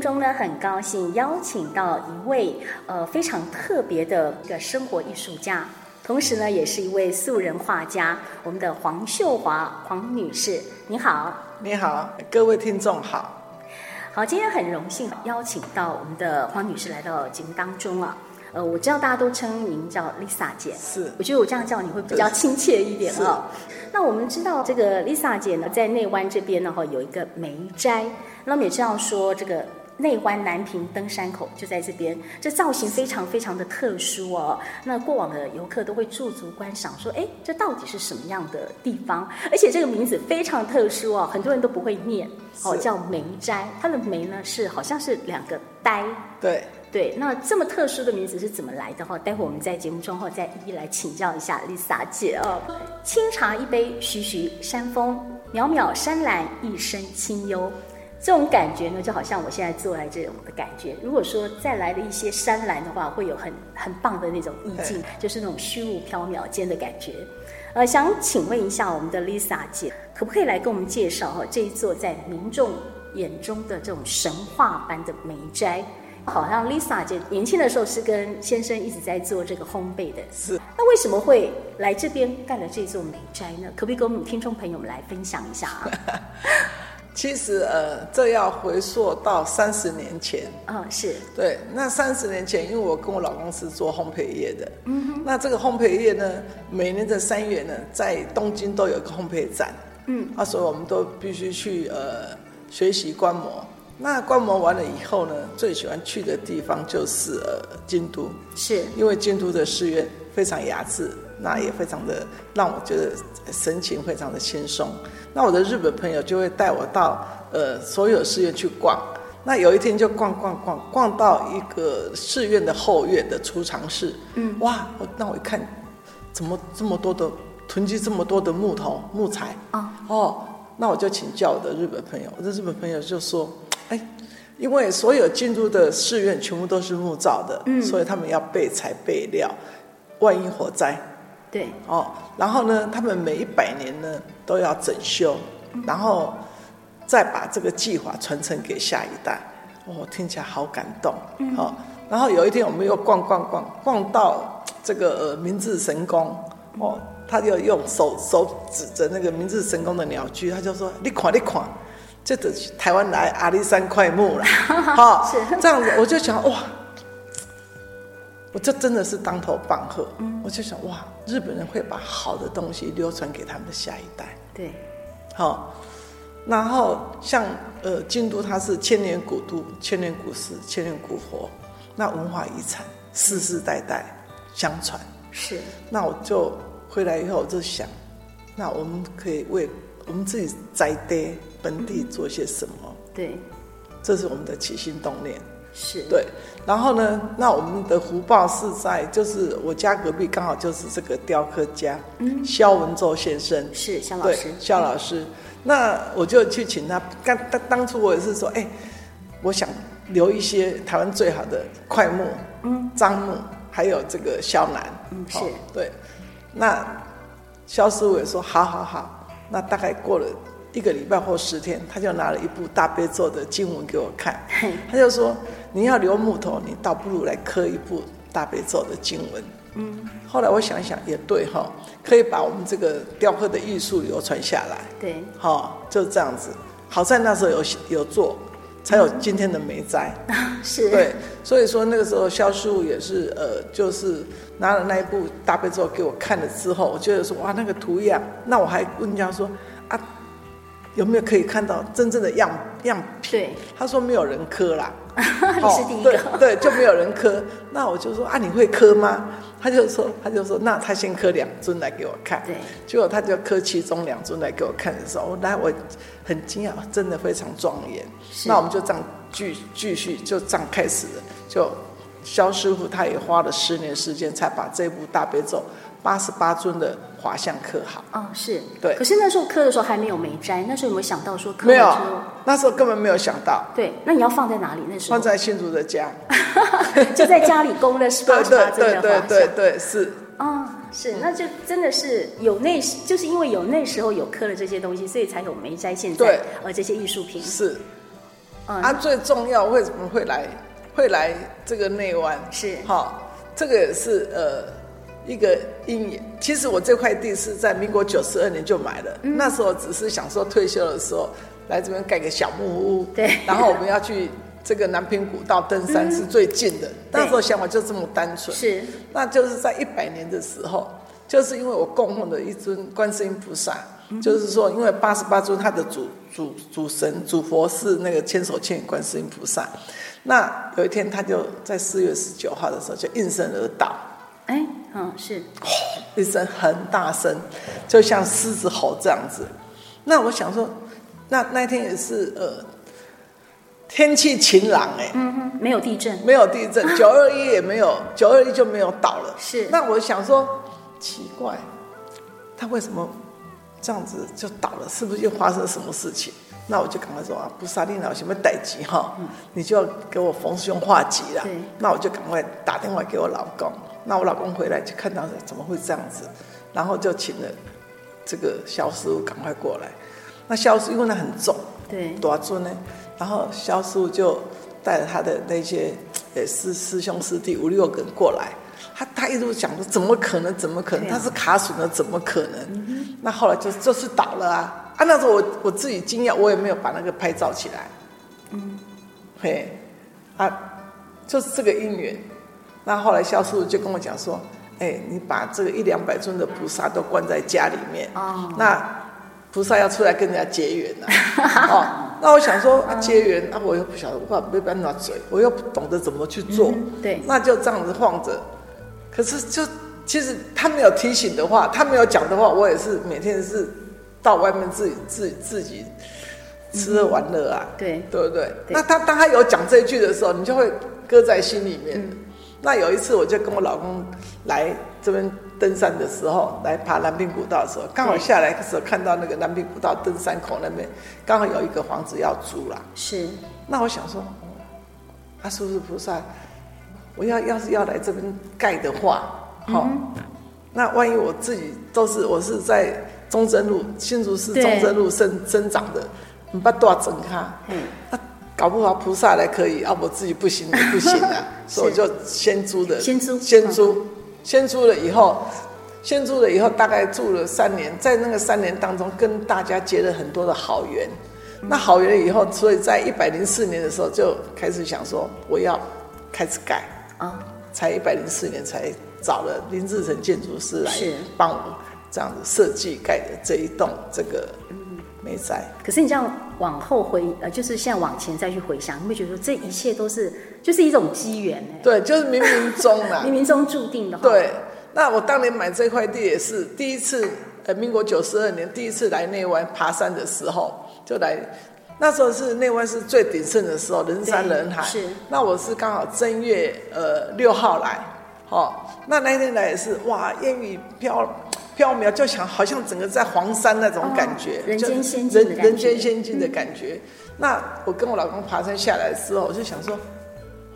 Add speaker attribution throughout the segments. Speaker 1: 中呢，很高兴邀请到一位呃非常特别的一个生活艺术家，同时呢，也是一位素人画家，我们的黄秀华黄女士，你好。
Speaker 2: 你好，各位听众好。
Speaker 1: 好，今天很荣幸邀请到我们的黄女士来到节目当中啊。呃，我知道大家都称您叫 Lisa 姐，
Speaker 2: 是
Speaker 1: 我觉得我这样叫你会比较亲切一点啊、那我们知道这个 Lisa 姐呢，在内湾这边呢，哈有一个梅斋，那我们也知道说这个。内湾南屏登山口就在这边，这造型非常非常的特殊哦。那过往的游客都会驻足观赏，说：“哎，这到底是什么样的地方？”而且这个名字非常特殊哦，很多人都不会念哦，
Speaker 2: 是
Speaker 1: 叫梅斋。它的梅呢是好像是两个呆
Speaker 2: 对，
Speaker 1: 对，那这么特殊的名字是怎么来的哈？待会我们在节目中后再一一来请教一下 Lisa 姐哦。清茶一杯，徐徐山风，袅袅山岚，一身清幽。这种感觉呢，就好像我现在坐在这种的感觉。如果说再来了一些山岚的话，会有很很棒的那种意境，就是那种虚无缥缈间的感觉。呃，想请问一下我们的 Lisa 姐，可不可以来跟我们介绍哈、这一座在民众眼中的这种神话般的梅斋？好像 Lisa 姐年轻的时候是跟先生一直在做这个烘焙的，
Speaker 2: 是
Speaker 1: 那为什么会来这边盖了这座梅斋呢？可不可以跟我们听众朋友们来分享一下啊？
Speaker 2: 其实呃，这要回溯到三十年前。
Speaker 1: 嗯，是
Speaker 2: 对，那三十年前，因为我跟我老公是做烘焙业的，嗯那这个烘焙业呢，每年的三月呢，在东京都有一个烘焙展，嗯，啊，所以我们都必须去呃学习观摩。那观摩完了以后呢，最喜欢去的地方就是呃京都，
Speaker 1: 是，
Speaker 2: 因为京都的寺院非常雅致，那也非常的让我觉得神情非常的轻松。那我的日本朋友就会带我到呃所有寺院去逛。那有一天就逛逛逛逛到一个寺院的后院的储藏室，嗯，哇，我那我一看，怎么这么多的囤积这么多的木头木材
Speaker 1: 哦
Speaker 2: 哦，那我就请教我的日本朋友，我的日本朋友就说，哎，因为所有进入的寺院全部都是木造的，所以他们要备材备料，万一火灾
Speaker 1: 对，
Speaker 2: 哦。然后呢，他们每一百年呢都要整修，然后再把这个计划传承给下一代。哦，听起来好感动哦。然后有一天我们又逛逛逛逛到这个呃明治神宫哦，他就用手手指着那个明治神宫的鸟居，他就说：“你看，你看。”这等是台湾来阿里山块木了，哈、
Speaker 1: 是
Speaker 2: 这样子我就想哇，我这真的是当头棒喝，我就想哇，日本人会把好的东西流传给他们的下一代，
Speaker 1: 对，
Speaker 2: 好、然后像呃京都，它是千年古都、千年古寺、千年古佛，那文化遗产世世代代相传。
Speaker 1: 是，
Speaker 2: 那我就回来以后，我就想，那我们可以为我们自己在地本地做些什么？
Speaker 1: 对，
Speaker 2: 这是我们的起心动念。
Speaker 1: 是，
Speaker 2: 对，然后呢，那我们的福报是在，就是我家隔壁刚好就是这个雕刻家，嗯，肖文洲先生，
Speaker 1: 是肖老
Speaker 2: 对
Speaker 1: 师，，嗯
Speaker 2: 肖老师，那我就去请他。刚当当初我也是说，哎、我想留一些台湾最好的快木，嗯，樟木，还有这个肖楠，
Speaker 1: 嗯
Speaker 2: 哦
Speaker 1: 是
Speaker 2: 对。那肖师傅也说，好好好。那大概过了一个礼拜或十天，他就拿了一部大悲咒的经文给我看
Speaker 1: 嘿，
Speaker 2: 他就说，你要留木头，你倒不如来刻一部大悲咒的经文。嗯。后来我想想也对哈，可以把我们这个雕刻的艺术流传下来。
Speaker 1: 对，
Speaker 2: 好、就这样子。好在那时候有有做，才有今天的梅斋。
Speaker 1: 是，
Speaker 2: 对，所以说那个时候肖师傅也是呃，就是拿了那一部大悲咒给我看了之后，我觉得说哇那个图样，那我还问人家说啊有没有可以看到真正的样样品？
Speaker 1: 对，
Speaker 2: 他说没有人磕啦。
Speaker 1: 你是第一个，
Speaker 2: 哦对对，就没有人磕。那我就说啊，你会磕吗？他就说，他就说，那他先磕两尊来给我看。
Speaker 1: 对，
Speaker 2: 结果他就磕其中两尊来给我看的时候，我来我很惊讶，真的非常庄严。
Speaker 1: 是
Speaker 2: 那我们就这样继继续就这样开始了。就肖师傅他也花了十年时间才把这部大悲咒八十八尊的画像刻好。
Speaker 1: 哦，是，
Speaker 2: 对
Speaker 1: 可是那时候刻的时候还没有梅斋，那时候有没有想到说刻
Speaker 2: 没
Speaker 1: 完之
Speaker 2: 有
Speaker 1: 后，，
Speaker 2: 那时候根本没有想到
Speaker 1: 对，那你要放在哪里？那时候
Speaker 2: 放在新竹 的家。
Speaker 1: 就在家里供了十八
Speaker 2: 对
Speaker 1: 十
Speaker 2: 对
Speaker 1: 八尊
Speaker 2: 对
Speaker 1: 的
Speaker 2: 对
Speaker 1: 画
Speaker 2: 对
Speaker 1: 像。
Speaker 2: 对，是。
Speaker 1: 哦，是，那就真的是有那，就是因为有那时候有刻了这些东西，所以才有梅斋现在
Speaker 2: 对
Speaker 1: 呃这些艺术品。
Speaker 2: 是，
Speaker 1: 嗯
Speaker 2: 啊，最重要为什么会来会来这个内湾？
Speaker 1: 是
Speaker 2: 哈、这个也是呃一个因缘。其实我这块地是在民国九十二年就买了，
Speaker 1: 嗯
Speaker 2: 那时候只是想说退休的时候来这边盖个小木屋，
Speaker 1: 对嗯
Speaker 2: 然后我们要去这个南平古道登山是最近的。那时候想法就这么单纯，
Speaker 1: 是
Speaker 2: 那就是在一百年的时候，就是因为我供奉的一尊观世音菩萨，就是说，因为八十八尊他的主主主神主佛是那个千手千眼观世音菩萨，那有一天他就在四月十九号的时候就应声而倒，
Speaker 1: 哎，嗯，是
Speaker 2: 一声很大声，就像狮子吼这样子。那我想说，那那一天也是呃天气晴朗哎、
Speaker 1: 嗯哼，没有地震，
Speaker 2: 没有地 震，九二一也没有，九二一就没有倒了。
Speaker 1: 是
Speaker 2: 那我想说，奇怪，他为什么这样子就倒了？是不是又发生什么事情？那我就赶快说啊，不萨利娜有什么逮急哈，你就要给我逢凶化吉啦
Speaker 1: 嗯对。
Speaker 2: 那我就赶快打电话给我老公，那我老公回来就看到怎么会这样子，然后就请了这个肖师傅赶快过来。那肖师傅因为那很重，
Speaker 1: 对，
Speaker 2: 多尊呢，然后萧师傅就带着他的那些呃师师兄师弟五六个人过来，他他一路讲说怎么可能怎么可能，
Speaker 1: 对啊嗯
Speaker 2: 他是卡损了怎么可能？那后来就就是倒了啊啊！那时候我我自己惊讶，我也没有把那个拍照起来，嗯，嘿，啊，就是这个因缘。那后来萧师傅就跟我讲说，哎、你把这个一两百尊的菩萨都关在家里面，
Speaker 1: 哦
Speaker 2: 那菩萨要出来跟人家结缘 呐、哦，那我想说、啊、结缘，啊，我又不晓得，我没办法嘴，我又不懂得怎么去做，
Speaker 1: 嗯对
Speaker 2: 那就这样子晃着。可是就其实他没有提醒的话，他没有讲的话，我也是每天是到外面自己自己自己吃喝玩乐啊，
Speaker 1: 嗯对
Speaker 2: 对不对？
Speaker 1: 对
Speaker 2: 那他当他有讲这句的时候，你就会搁在心里
Speaker 1: 嗯
Speaker 2: 面。那有一次，我就跟我老公来这边登山的时候，来爬南滨古道的时候，刚好
Speaker 1: 对
Speaker 2: 下来的时候看到那个南滨古道登山口那边，刚好有一个房子要租啦。
Speaker 1: 是
Speaker 2: 那我想说，他是不是菩萨？我要要是要来这边盖的话，好、
Speaker 1: 嗯
Speaker 2: 那万一我自己都是我是在中正路新竹市
Speaker 1: 对
Speaker 2: 中正路生生长的，你把多整咖，
Speaker 1: 嗯
Speaker 2: 那、搞不好菩萨来可以，啊，我自己不行也不行 啊，所以我
Speaker 1: 是
Speaker 2: 就先租的，
Speaker 1: 先租
Speaker 2: 先租，先租了以后。先租了以后，大概住了三年，在那个三年当中，跟大家结了很多的好缘。那好缘以后，所以在一百零四年的时候，就开始想说我要开始盖。
Speaker 1: 啊，
Speaker 2: 才一百零四年才找了林志成建筑师来
Speaker 1: 是
Speaker 2: 帮我这样子设计盖的这一栋这个美宅。
Speaker 1: 可是你这样往后回，呃，就是现在往前再去回想，你会觉得说这一切都是就是一种机缘哎，
Speaker 2: 对，就是冥冥中啊 啦、
Speaker 1: 冥冥中注定的哈。，
Speaker 2: 对，那我当年买这块地也是第一次，呃，民国九十二年第一次来内湾爬山的时候，就来。那时候是内湾是最鼎盛的时候，人山人海。
Speaker 1: 对是
Speaker 2: 那我是刚好正月呃六号来，哦，那那一天来也是哇，烟雨飘飘渺，就想好像整个在黄山那种感觉，
Speaker 1: 哦人
Speaker 2: 就
Speaker 1: 间仙境的
Speaker 2: 人
Speaker 1: 感
Speaker 2: 人
Speaker 1: 觉嗯
Speaker 2: 间仙境的感觉。那我跟我老公爬山下来之后，我就想说，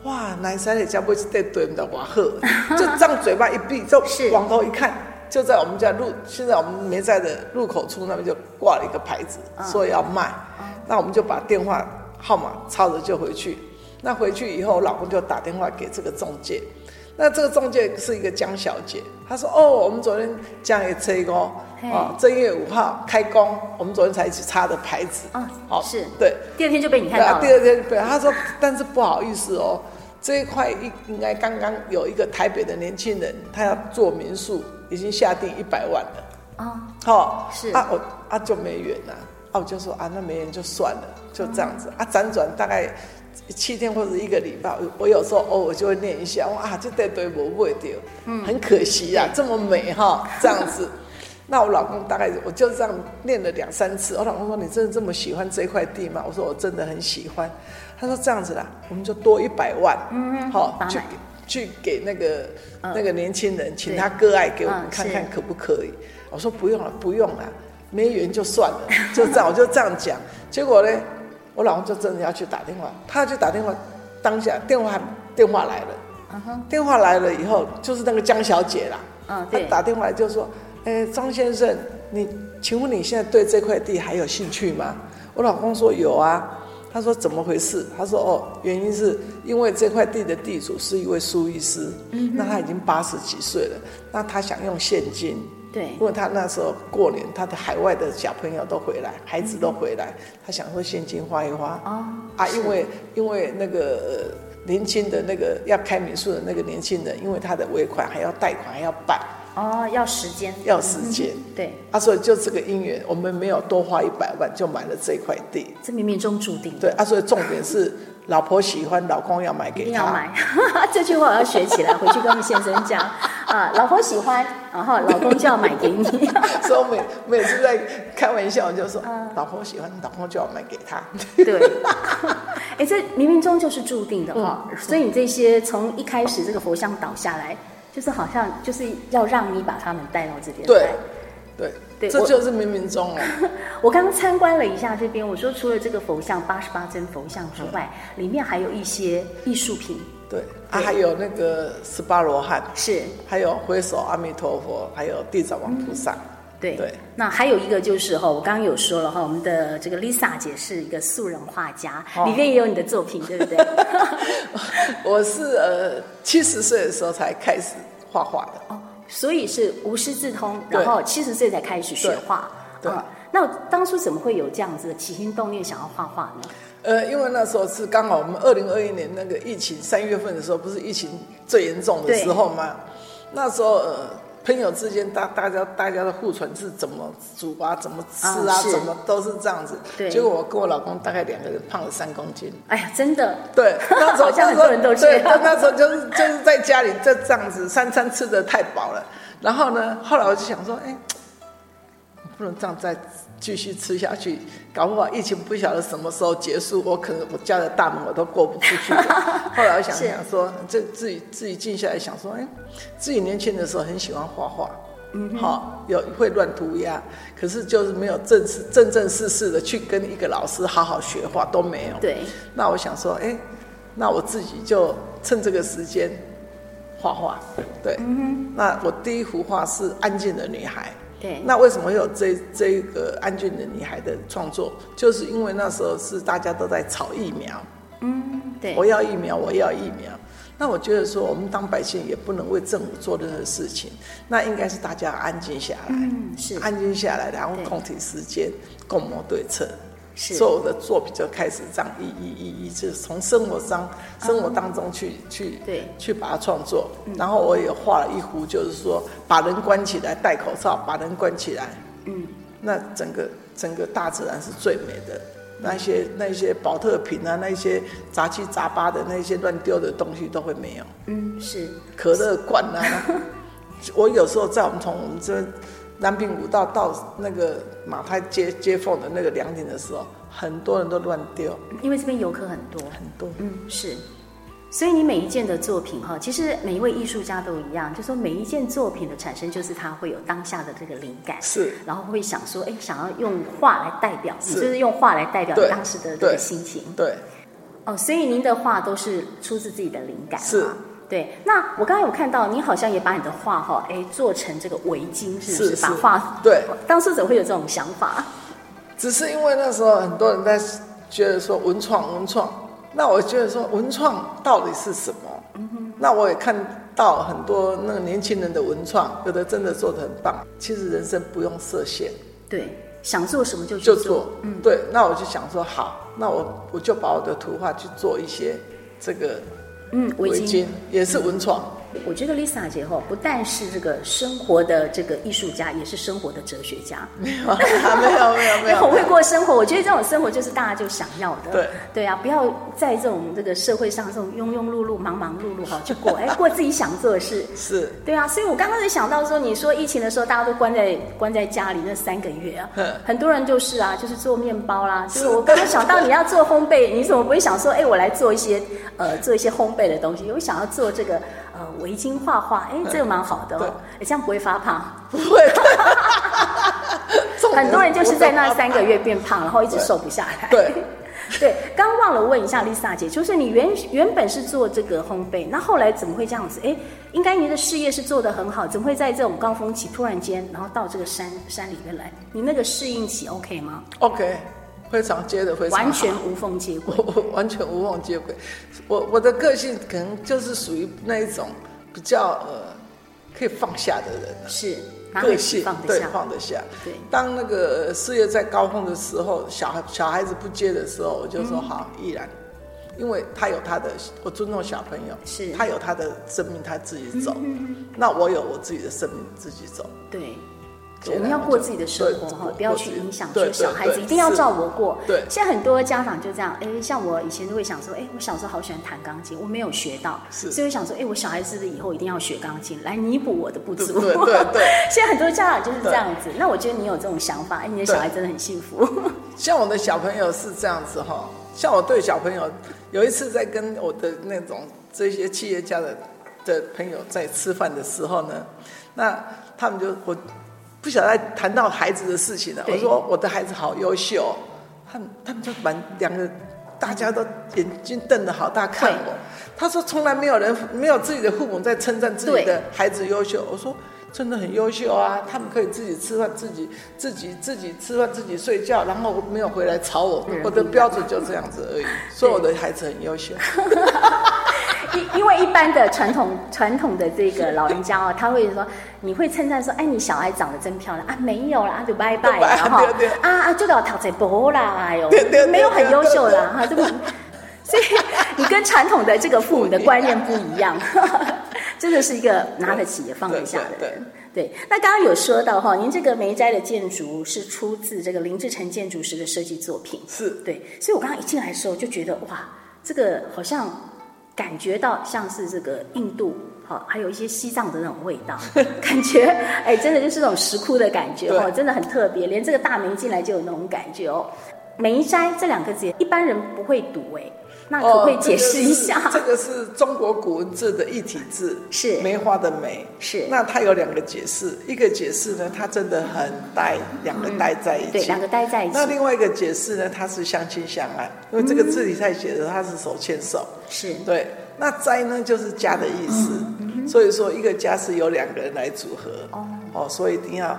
Speaker 2: 哇，南山的家不是对对的瓦赫， 就这样嘴巴一闭，就是往头一看，就在我们家路，现在我们没在的入口处那边就挂了一个牌子，
Speaker 1: 嗯
Speaker 2: 说要卖。那我们就把电话号码抄着就回去。那回去以后，我老公就打电话给这个中介。那这个中介是一个江小姐，她说：“哦，我们昨天江也吹工
Speaker 1: 嘿
Speaker 2: 啊，正月五号开工，我们昨天才一起插的牌子。
Speaker 1: 哦
Speaker 2: 好
Speaker 1: 是
Speaker 2: 对，
Speaker 1: 第二天就被你看
Speaker 2: 对啊
Speaker 1: 到，
Speaker 2: 第
Speaker 1: 了，
Speaker 2: 二天对，他说，但是不好意思哦，这一块应应该刚刚有一个台北的年轻人，他要做民宿，已经下定一百万了。
Speaker 1: 啊，
Speaker 2: 哦，
Speaker 1: 是
Speaker 2: 啊，我啊就没缘呐、啊，我就说啊，那没缘就算了，就这样子、啊，辗转大概七天或者一个礼拜，我我有时候偶尔就会念一下，哇，这对对我不会丢，
Speaker 1: 嗯
Speaker 2: 很可惜啊，这么美哈、这样 子。那我老公大概我就这样念了两三次，我老公说你真的这么喜欢这块地吗？我说我真的很喜欢。他说这样子啦，我们就多一百万，嗯，好、
Speaker 1: 把它
Speaker 2: 去
Speaker 1: 买
Speaker 2: 去给那个、
Speaker 1: 嗯
Speaker 2: 那个年轻人，请
Speaker 1: 对
Speaker 2: 他割爱给我们
Speaker 1: 嗯
Speaker 2: 看
Speaker 1: 是
Speaker 2: 看可不可以？我说不用了，不用了，没缘就算了， 就这样，我就这样讲。结果呢，我老公就真的要去打电话，他要去打电话，当下电话电话来了，
Speaker 1: 嗯哼，
Speaker 2: 电话来了以后，就是那个江小姐啦，
Speaker 1: 嗯
Speaker 2: 她
Speaker 1: 对
Speaker 2: 打电话来就说，哎，张先生，你请问你现在对这块地还有兴趣吗？我老公说有啊，他说怎么回事？他说哦，原因是因为这块地的地主是一位苏医师，嗯、那他已经八十几岁了，那他想用现金，
Speaker 1: 对
Speaker 2: 因为他那时候过年，他的海外的小朋友都回来，孩子都回来，他想说现金花一花，
Speaker 1: 嗯哦
Speaker 2: 啊，因为因为那个。呃年轻的那个呃要开民宿的那个年轻人，因为他的尾款还要贷款还要办，
Speaker 1: 哦，要时间，
Speaker 2: 要时间，
Speaker 1: 对，
Speaker 2: 啊，所以就这个因缘，我们没有多花一百万就买了这块地。
Speaker 1: 这冥冥中注定，
Speaker 2: 对，啊，所以重点是老婆喜欢，老公要买
Speaker 1: 一
Speaker 2: 给
Speaker 1: 定要
Speaker 2: 他。
Speaker 1: 买。 这句话我要学起来，回去跟我们先生讲啊，老婆喜欢，然后老公就要买给你。
Speaker 2: 所以我每每次在开玩笑，我就说，
Speaker 1: 嗯
Speaker 2: 老婆喜欢，老公就要买给他。
Speaker 1: 对， 哎，这冥冥中就是注定的哈、
Speaker 2: 嗯
Speaker 1: 所以你这些从一开始这个佛像倒下来，就是好像就是要让你把他们带到这边来。
Speaker 2: 对，对，
Speaker 1: 对
Speaker 2: 这
Speaker 1: 我
Speaker 2: 就是冥冥 中哦。
Speaker 1: 我刚刚参观了一下这边，我说除了这个佛像八十八尊佛像之外，里面还有一些艺术品，
Speaker 2: 对，啊，还有那个十八罗汉，
Speaker 1: 是
Speaker 2: 还有挥手阿弥陀佛，还有地藏王菩萨。
Speaker 1: 对。
Speaker 2: 对
Speaker 1: 那还有一个就是哈，我刚刚有说了哈，我们的这个 Lisa 姐是一个素人画家，
Speaker 2: 哦
Speaker 1: 里面也有你的作品，对不 对？嗯
Speaker 2: 我是呃七十岁的时候才开始画画的。
Speaker 1: 哦，所以是无师自通，
Speaker 2: 对
Speaker 1: 然后七十岁才开始学画。
Speaker 2: 对对
Speaker 1: 嗯那当初怎么会有这样子的起心动念想要画画呢？
Speaker 2: 呃，因为那时候是刚好我们二零二一年那个疫情三月份的时候，不是疫情最严重的时候吗？那时候呃，朋友之间大大家大家的互传是怎么煮啊，怎么吃啊，
Speaker 1: 啊是
Speaker 2: 怎么都是这样子。
Speaker 1: 对
Speaker 2: 结果我跟我老公大概两个人胖了三公斤。
Speaker 1: 哎呀，真的，
Speaker 2: 对，那时
Speaker 1: 好
Speaker 2: 候
Speaker 1: 像很多人都这
Speaker 2: 对，
Speaker 1: 样
Speaker 2: 那时候就是就是在家里就这样子，三餐吃的太饱了。然后呢，后来我就想说，哎，不能这样再继续吃下去，搞不好疫情不晓得什么时候结束，我可能我家的大门我都过不出去了。 后来我想
Speaker 1: 是
Speaker 2: 想说，这自己自己静下来想说，哎，自己年轻的时候很喜欢画画。嗯，好，有会乱涂鸦，可是就是没有正式、正正式式的去跟一个老师好好学画都没有。
Speaker 1: 对，
Speaker 2: 那我想说，哎、那我自己就趁这个时间画画。对，
Speaker 1: 嗯
Speaker 2: 那我第一幅画是《安静的女孩》。
Speaker 1: 对
Speaker 2: 那为什么会有这这一个安静的女孩的创作？就是因为那时候是大家都在炒疫苗，
Speaker 1: 嗯，对
Speaker 2: 我，要疫苗，我要疫苗。那我觉得说，我们当百姓也不能为政府做任何事情，那应该是大家安静下来，
Speaker 1: 嗯，是
Speaker 2: 安静下来，然后
Speaker 1: 对
Speaker 2: 共体时间，共谋对策。
Speaker 1: 是，
Speaker 2: 所以我的作品就开始这样一一一一，就是从生活上生活当中去、去
Speaker 1: 嗯对嗯
Speaker 2: 去把它创作。然后我也画了一幅，就是说把人关起来，戴口罩把人关起来，
Speaker 1: 嗯，
Speaker 2: 那整个整个大自然是最美的。那些那些保特瓶啊，那些杂七杂八的那些乱丢的东西都会没有，
Speaker 1: 嗯，是，
Speaker 2: 可乐罐啊。 我有时候在我们从我们这边南平古道到那个马太街接缝的那个凉亭的时候，很多人都乱丢，
Speaker 1: 因为这边游客很多，
Speaker 2: 很多。
Speaker 1: 嗯，是。所以你每一件的作品哈，其实每一位艺术家都一样，就说每一件作品的产生，就是他会有当下的这个灵感，
Speaker 2: 是
Speaker 1: 然后会想说，哎，想要用画来代表，
Speaker 2: 是
Speaker 1: 就是用画来代表
Speaker 2: 对
Speaker 1: 当时的这个
Speaker 2: 对
Speaker 1: 心情。
Speaker 2: 对，
Speaker 1: 哦，所以您的画都是出自自己的灵感嘛，啊
Speaker 2: 是
Speaker 1: 对。那我刚才有看到，你好像也把你的画哈，哎，做成这个围巾，是不是？
Speaker 2: 是
Speaker 1: 把
Speaker 2: 是
Speaker 1: 画
Speaker 2: 对，
Speaker 1: 当初怎么会有这种想法？
Speaker 2: 只是因为那时候很多人在觉得说文创文创，那我觉得说文创到底是什么？那我也看到很多那个年轻人的文创，有的真的做得很棒。其实人生不用设限，
Speaker 1: 对，想做什么就去
Speaker 2: 就做，嗯，对。那我就想说，好，那我我就把我的图画去做一些这个
Speaker 1: 嗯，围
Speaker 2: 围
Speaker 1: 巾。
Speaker 2: 巾，也是文创，
Speaker 1: 我觉得 Lisa 姐哈，不但是这个生活的这个艺术家，也是生活的哲学家。
Speaker 2: 没有， 没有，没有，没
Speaker 1: 你很会
Speaker 2: 有。
Speaker 1: 过生活，我觉得这种生活就是大家就想要的。
Speaker 2: 啊对
Speaker 1: 对啊，不要在这种这个社会上这种庸庸碌碌、忙忙碌碌哈去 过，哎，过自己想做的事。
Speaker 2: 是，
Speaker 1: 对啊，所以我刚刚才想到说，你说疫情的时候大家都关在关在家里那三个月啊
Speaker 2: 嗯，
Speaker 1: 很多人就是啊，就是做面包 啦。就是是我刚刚想到你要做烘焙，你怎么不会想说，哎，我来做一些呃做一些烘焙的东西？我想要做这个呃围巾画画，哎，这个蛮好的哦
Speaker 2: 嗯对，
Speaker 1: 哎，这样不会发胖。
Speaker 2: 不会。重点
Speaker 1: 很多人就是在那
Speaker 2: 不会
Speaker 1: 三个月变胖，然后一直瘦不下来。
Speaker 2: 对。
Speaker 1: 对，刚忘了问一下 Lisa 姐，就是你原原本是做这个烘焙，那后来怎么会这样子？哎，应该您的事业是做得很好，怎么会在这种高峰期突然间，然后到这个山山里面来？你那个适应期 OK 吗？
Speaker 2: OK，非常接的非常好
Speaker 1: 完全无缝接轨。
Speaker 2: 我我完全无缝接轨。我我的个性可能就是属于那一种比较呃可以放下的人、啊，
Speaker 1: 是，哪
Speaker 2: 个
Speaker 1: 里是
Speaker 2: 性
Speaker 1: 放得
Speaker 2: 对
Speaker 1: 下？
Speaker 2: 放得下。
Speaker 1: 对
Speaker 2: 当那个事业在高峰的时候，小孩小孩子不接的时候，我就说好，依然，因为他有他的，我尊重小朋友，
Speaker 1: 是
Speaker 2: 他有他的生命，他自己走。那我有我自己的生命，自己走。
Speaker 1: 对。
Speaker 2: 对
Speaker 1: 我们要
Speaker 2: 然后
Speaker 1: 过
Speaker 2: 就
Speaker 1: 自己的生活
Speaker 2: 对
Speaker 1: 哈
Speaker 2: 过，
Speaker 1: 不要
Speaker 2: 过
Speaker 1: 去
Speaker 2: 自己
Speaker 1: 影响
Speaker 2: 对
Speaker 1: 说小
Speaker 2: 对
Speaker 1: 孩子
Speaker 2: 对
Speaker 1: 一定要
Speaker 2: 是
Speaker 1: 照我过。
Speaker 2: 对
Speaker 1: 现在很多家长就这样，哎，像我以前都会想说，哎，我小时候好喜欢弹钢琴，我没有学到，
Speaker 2: 是
Speaker 1: 所以我想说，哎，我小孩是不是以后一定要学钢琴来弥补我的不足？
Speaker 2: 对对对对
Speaker 1: 现在很多家长就是这样子。那我觉得你有这种想法，哎，你的小孩真的很幸福。
Speaker 2: 像我的小朋友是这样子哈，像我对小朋友，有一次在跟我的那种这些企业家的的朋友在吃饭的时候呢，那他们就我不晓得在谈到孩子的事情了，
Speaker 1: 对
Speaker 2: 我说我的孩子好优秀哦，他们他们就蛮两个大家都眼睛瞪得好大看
Speaker 1: 对
Speaker 2: 我，他说从来没有人没有自己的父母在称赞自己
Speaker 1: 对
Speaker 2: 的孩子优秀，我说真的很优秀啊，他们可以自己吃饭，自己自己自己吃饭，自己睡觉，然后没有回来吵我
Speaker 1: 对，
Speaker 2: 我的标准就这样子而已，所以我的孩子很优秀，
Speaker 1: 因因为一般的传统传统的这个老人家哦，他会说，你会称赞说，哎，你小孩长得真漂亮啊，没有啦，啊就拜拜啦
Speaker 2: 对
Speaker 1: 哈
Speaker 2: 对对，
Speaker 1: 啊啊，就搞讨债博啦，哎呦
Speaker 2: 对对对，对
Speaker 1: 没有很优秀啦哈，这不， 所以你跟传统的这个父母的观念不一样， 真的是一个拿得起也放得下的
Speaker 2: 对对
Speaker 1: 人。对，那刚刚有说到哈，您这个梅斋的建筑是出自这个林志成建筑师的设计作品，
Speaker 2: 是
Speaker 1: 对，所以我刚刚一进来的时候就觉得哇，这个好像感觉到像是这个印度，好，还有一些西藏的那种味道， 感觉哎，真的就是那种石窟的感觉哦，
Speaker 2: 对
Speaker 1: 真的很特别，连这个大门一进来就有那种感觉哦。梅斋这两个字一般人不会读哎，那可不可以
Speaker 2: 哦
Speaker 1: 解释一下？
Speaker 2: 这个是这个是中国古文字的一体字，
Speaker 1: 是
Speaker 2: 梅花的梅。
Speaker 1: 是
Speaker 2: 那它有两个解释，一个解释呢，它真的很呆，两个呆在一起。
Speaker 1: 嗯对，两个待在一起
Speaker 2: 那另外一个解释呢，它是相亲相爱，因为这个字里在写的它是手牵手。
Speaker 1: 是
Speaker 2: 对，那斋呢就是家的意思，所以说一个家是由两个人来组合。
Speaker 1: 嗯哦
Speaker 2: 哦，所以一定要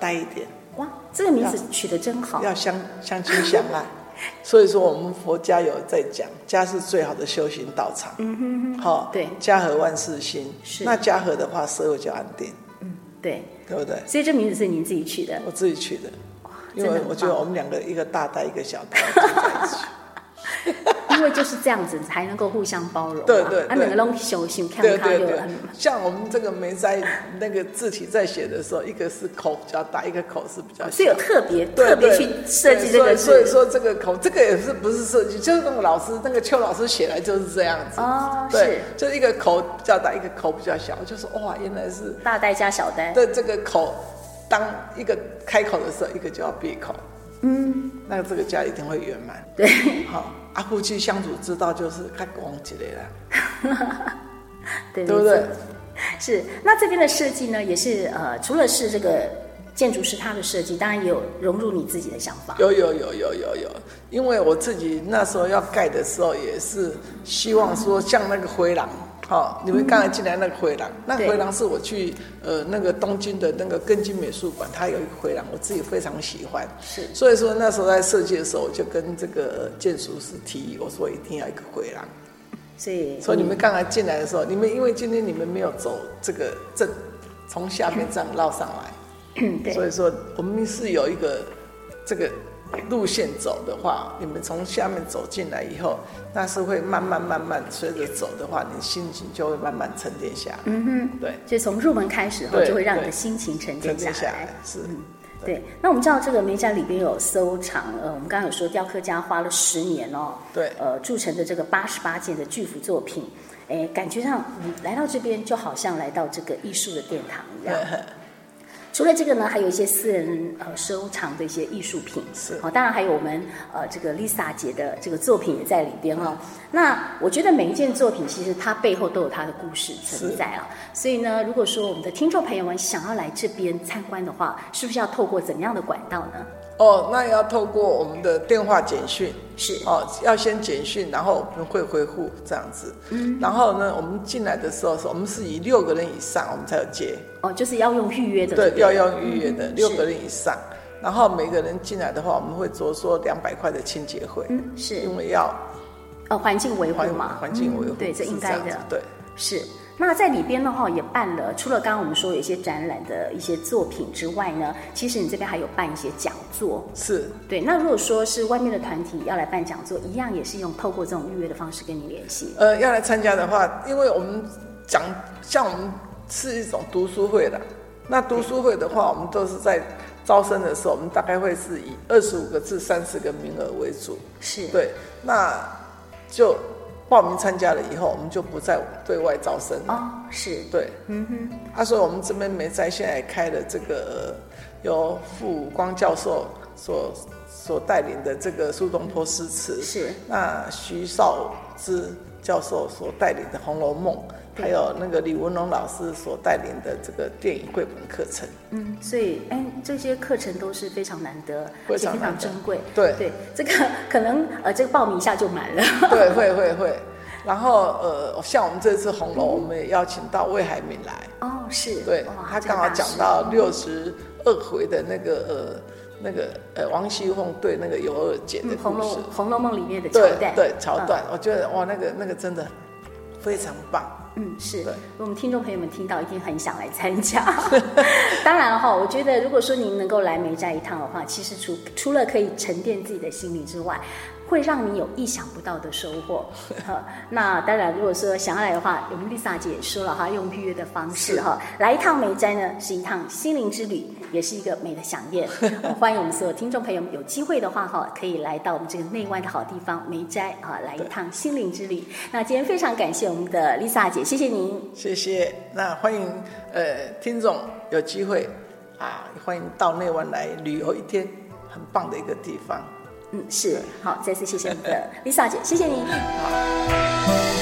Speaker 2: 呆一点。
Speaker 1: 哇，这个名字取得真好，
Speaker 2: 要相相亲相爱。 所以说，我们佛家有在讲，家是最好的修行道场。嗯哼哼，好、
Speaker 1: 对
Speaker 2: 家和万事兴。
Speaker 1: 是
Speaker 2: 那家和的话，社会就安定，
Speaker 1: 对，
Speaker 2: 对不对？
Speaker 1: 所以这名字是您自己取的，
Speaker 2: 我自己取的，因
Speaker 1: 真的
Speaker 2: 为
Speaker 1: 很
Speaker 2: 我觉得
Speaker 1: 棒
Speaker 2: 我们两个一个大呆，一个小呆住在一起。
Speaker 1: 因为就是这样子才能够互相包容嘛，
Speaker 2: 对对
Speaker 1: 啊，
Speaker 2: 对
Speaker 1: 两个拢修行，看
Speaker 2: 对
Speaker 1: 看
Speaker 2: 对
Speaker 1: 就
Speaker 2: 对
Speaker 1: 很，
Speaker 2: 像我们这个梅在那个字体在写的时候，一个是口比较大，一个口是比较小
Speaker 1: 哦是。有特别
Speaker 2: 对
Speaker 1: 特别去
Speaker 2: 对
Speaker 1: 设计这个
Speaker 2: 对所以所以
Speaker 1: 字
Speaker 2: 说这个口，这个也是不是设计，就是那个老师那个邱老师写来就是这样子。
Speaker 1: 哦，
Speaker 2: 对
Speaker 1: 是，
Speaker 2: 就是一个口比较大，一个口比较小，我就说哇，原来是
Speaker 1: 大呆加小呆，
Speaker 2: 对这个口，当一个开口的时候，一个就要闭口，嗯，那这个家一定会圆满。
Speaker 1: 对，
Speaker 2: 好，啊，夫妻相处之道就是看公之类啦，
Speaker 1: 对
Speaker 2: 对不对？？
Speaker 1: 是，那这边的设计呢，也是呃，除了是这个建筑师他的设计，当然也有融入你自己的想法，
Speaker 2: 有有有有有有，因为我自己那时候要盖的时候，也是希望说像那个回廊，好、你们刚才进来那个回廊，那
Speaker 1: 对
Speaker 2: 回廊是我去呃那个东京的那个根津美术馆，它有一个回廊，我自己非常喜欢。
Speaker 1: 是
Speaker 2: 所以说那时候在设计的时候，我就跟这个建筑师提议，我说一定要一个回廊。
Speaker 1: 所以
Speaker 2: 所以你们刚才进来的时候，你们因为今天你们没有走这个正，从下面这样绕上来。
Speaker 1: 嗯 对
Speaker 2: 所以说我们是有一个这个路线走的话，你们从下面走进来以后，那是会慢慢慢慢随着走的话，你心情就会慢慢沉淀下来。嗯哼，对，
Speaker 1: 就从入门开始后，
Speaker 2: 对
Speaker 1: 就会让你的
Speaker 2: 对
Speaker 1: 心情沉
Speaker 2: 沉
Speaker 1: 淀下
Speaker 2: 淀下
Speaker 1: 来
Speaker 2: 来。是。
Speaker 1: 对，那我们知道这个梅家里边有收藏，呃，我们刚刚有说雕刻家花了十年哦，
Speaker 2: 对
Speaker 1: 呃，铸成的这个八十八件的巨幅作品，哎，感觉上你来到这边就好像来到这个艺术的殿堂一样。除了这个呢，还有一些私人呃收藏的一些艺术品，哦
Speaker 2: 是
Speaker 1: 好、当然还有我们呃这个 Lisa 姐的这个作品也在里边哦。那我觉得每一件作品其实它背后都有它的故事存在啊，所以呢，如果说我们的听众朋友们想要来这边参观的话，是不是要透过怎么样的管道呢？
Speaker 2: 哦，那也要透过我们的电话简讯，
Speaker 1: 是
Speaker 2: 哦，要先简讯，然后我们会回复这样子。嗯，然后呢，我们进来的时候，我们是以六个人以上，我们才有接。
Speaker 1: 哦，就是要用预约的，
Speaker 2: 对，
Speaker 1: 不
Speaker 2: 要用预约的，
Speaker 1: 嗯
Speaker 2: 六
Speaker 1: 是
Speaker 2: 个人以上。然后每个人进来的话，我们会着说两百块的清洁费，
Speaker 1: 嗯，是
Speaker 2: 因为要
Speaker 1: 呃环境维护
Speaker 2: 环
Speaker 1: 嘛，
Speaker 2: 环境维护、
Speaker 1: 嗯对，这
Speaker 2: 是
Speaker 1: 应
Speaker 2: 样
Speaker 1: 该
Speaker 2: 子
Speaker 1: 的，
Speaker 2: 对。
Speaker 1: 是。那在里边的话也办了，除了刚刚我们说有一些展览的一些作品之外呢，其实你这边还有办一些讲座。
Speaker 2: 是，
Speaker 1: 对，那如果说是外面的团体要来办讲座，一样也是用透过这种预约的方式跟你联系。
Speaker 2: 呃，要来参加的话，因为我们讲像我们是一种读书会的，那读书会的话，我们都是在招生的时候，我们大概会是以二十五个至三十个名额为主。
Speaker 1: 是，
Speaker 2: 对，那就报名参加了以后，我们就不再对外招生了。
Speaker 1: 哦，是，
Speaker 2: 对，嗯哼，啊，所以我们这边梅斋现在开了这个呃由傅光教授所所带领的这个苏东坡诗词，
Speaker 1: 是
Speaker 2: 那徐少之教授所带领的《红楼梦》，还有那个李文龙老师所带领的这个电影绘本课 程。
Speaker 1: 嗯，所以哎，这些课程都是非常难得，
Speaker 2: 非
Speaker 1: 而且
Speaker 2: 常
Speaker 1: 非
Speaker 2: 难
Speaker 1: 常
Speaker 2: 得
Speaker 1: 珍贵。
Speaker 2: 对
Speaker 1: 对，这个可能呃，这个报名一下就满了。
Speaker 2: 对，会会会。然后呃，像我们这次红楼，我们也邀请到魏海敏来，
Speaker 1: 哦，是，
Speaker 2: 对
Speaker 1: 哇
Speaker 2: 他
Speaker 1: 这个
Speaker 2: 刚好
Speaker 1: 大
Speaker 2: 讲
Speaker 1: 师
Speaker 2: 到六十二回的那个呃那个呃王熙凤对那个尤二姐的
Speaker 1: 嗯《红
Speaker 2: 故
Speaker 1: 楼嗯
Speaker 2: 事，
Speaker 1: 红楼梦》里面的桥
Speaker 2: 对
Speaker 1: 段，
Speaker 2: 对桥段，我觉得哇那个那个真的非常棒，
Speaker 1: 嗯，是
Speaker 2: 对
Speaker 1: 我们听众朋友们听到一定很想来参加。当然哈、我觉得如果说您能够来梅寨一趟的话，其实除除了可以沉淀自己的心灵之外，会让你有意想不到的收获。哈那当然，如果说想要来的话，我们丽莎姐也说了哈，用预约的方式哈，来一趟梅斋呢是一趟心灵之旅，也是一个美的飨宴。我们欢迎我们所有听众朋友们，有机会的话哈，可以来到我们这个内湾的好地方梅斋啊，来一趟心灵之旅。那今天非常感谢我们的 Lisa 姐，谢谢您。
Speaker 2: 谢谢。那欢迎呃听众有机会啊，欢迎到内湾来旅游一天，很棒的一个地方。
Speaker 1: 嗯，是好，再次谢谢我们的 Lisa 姐，谢谢您。
Speaker 2: 好。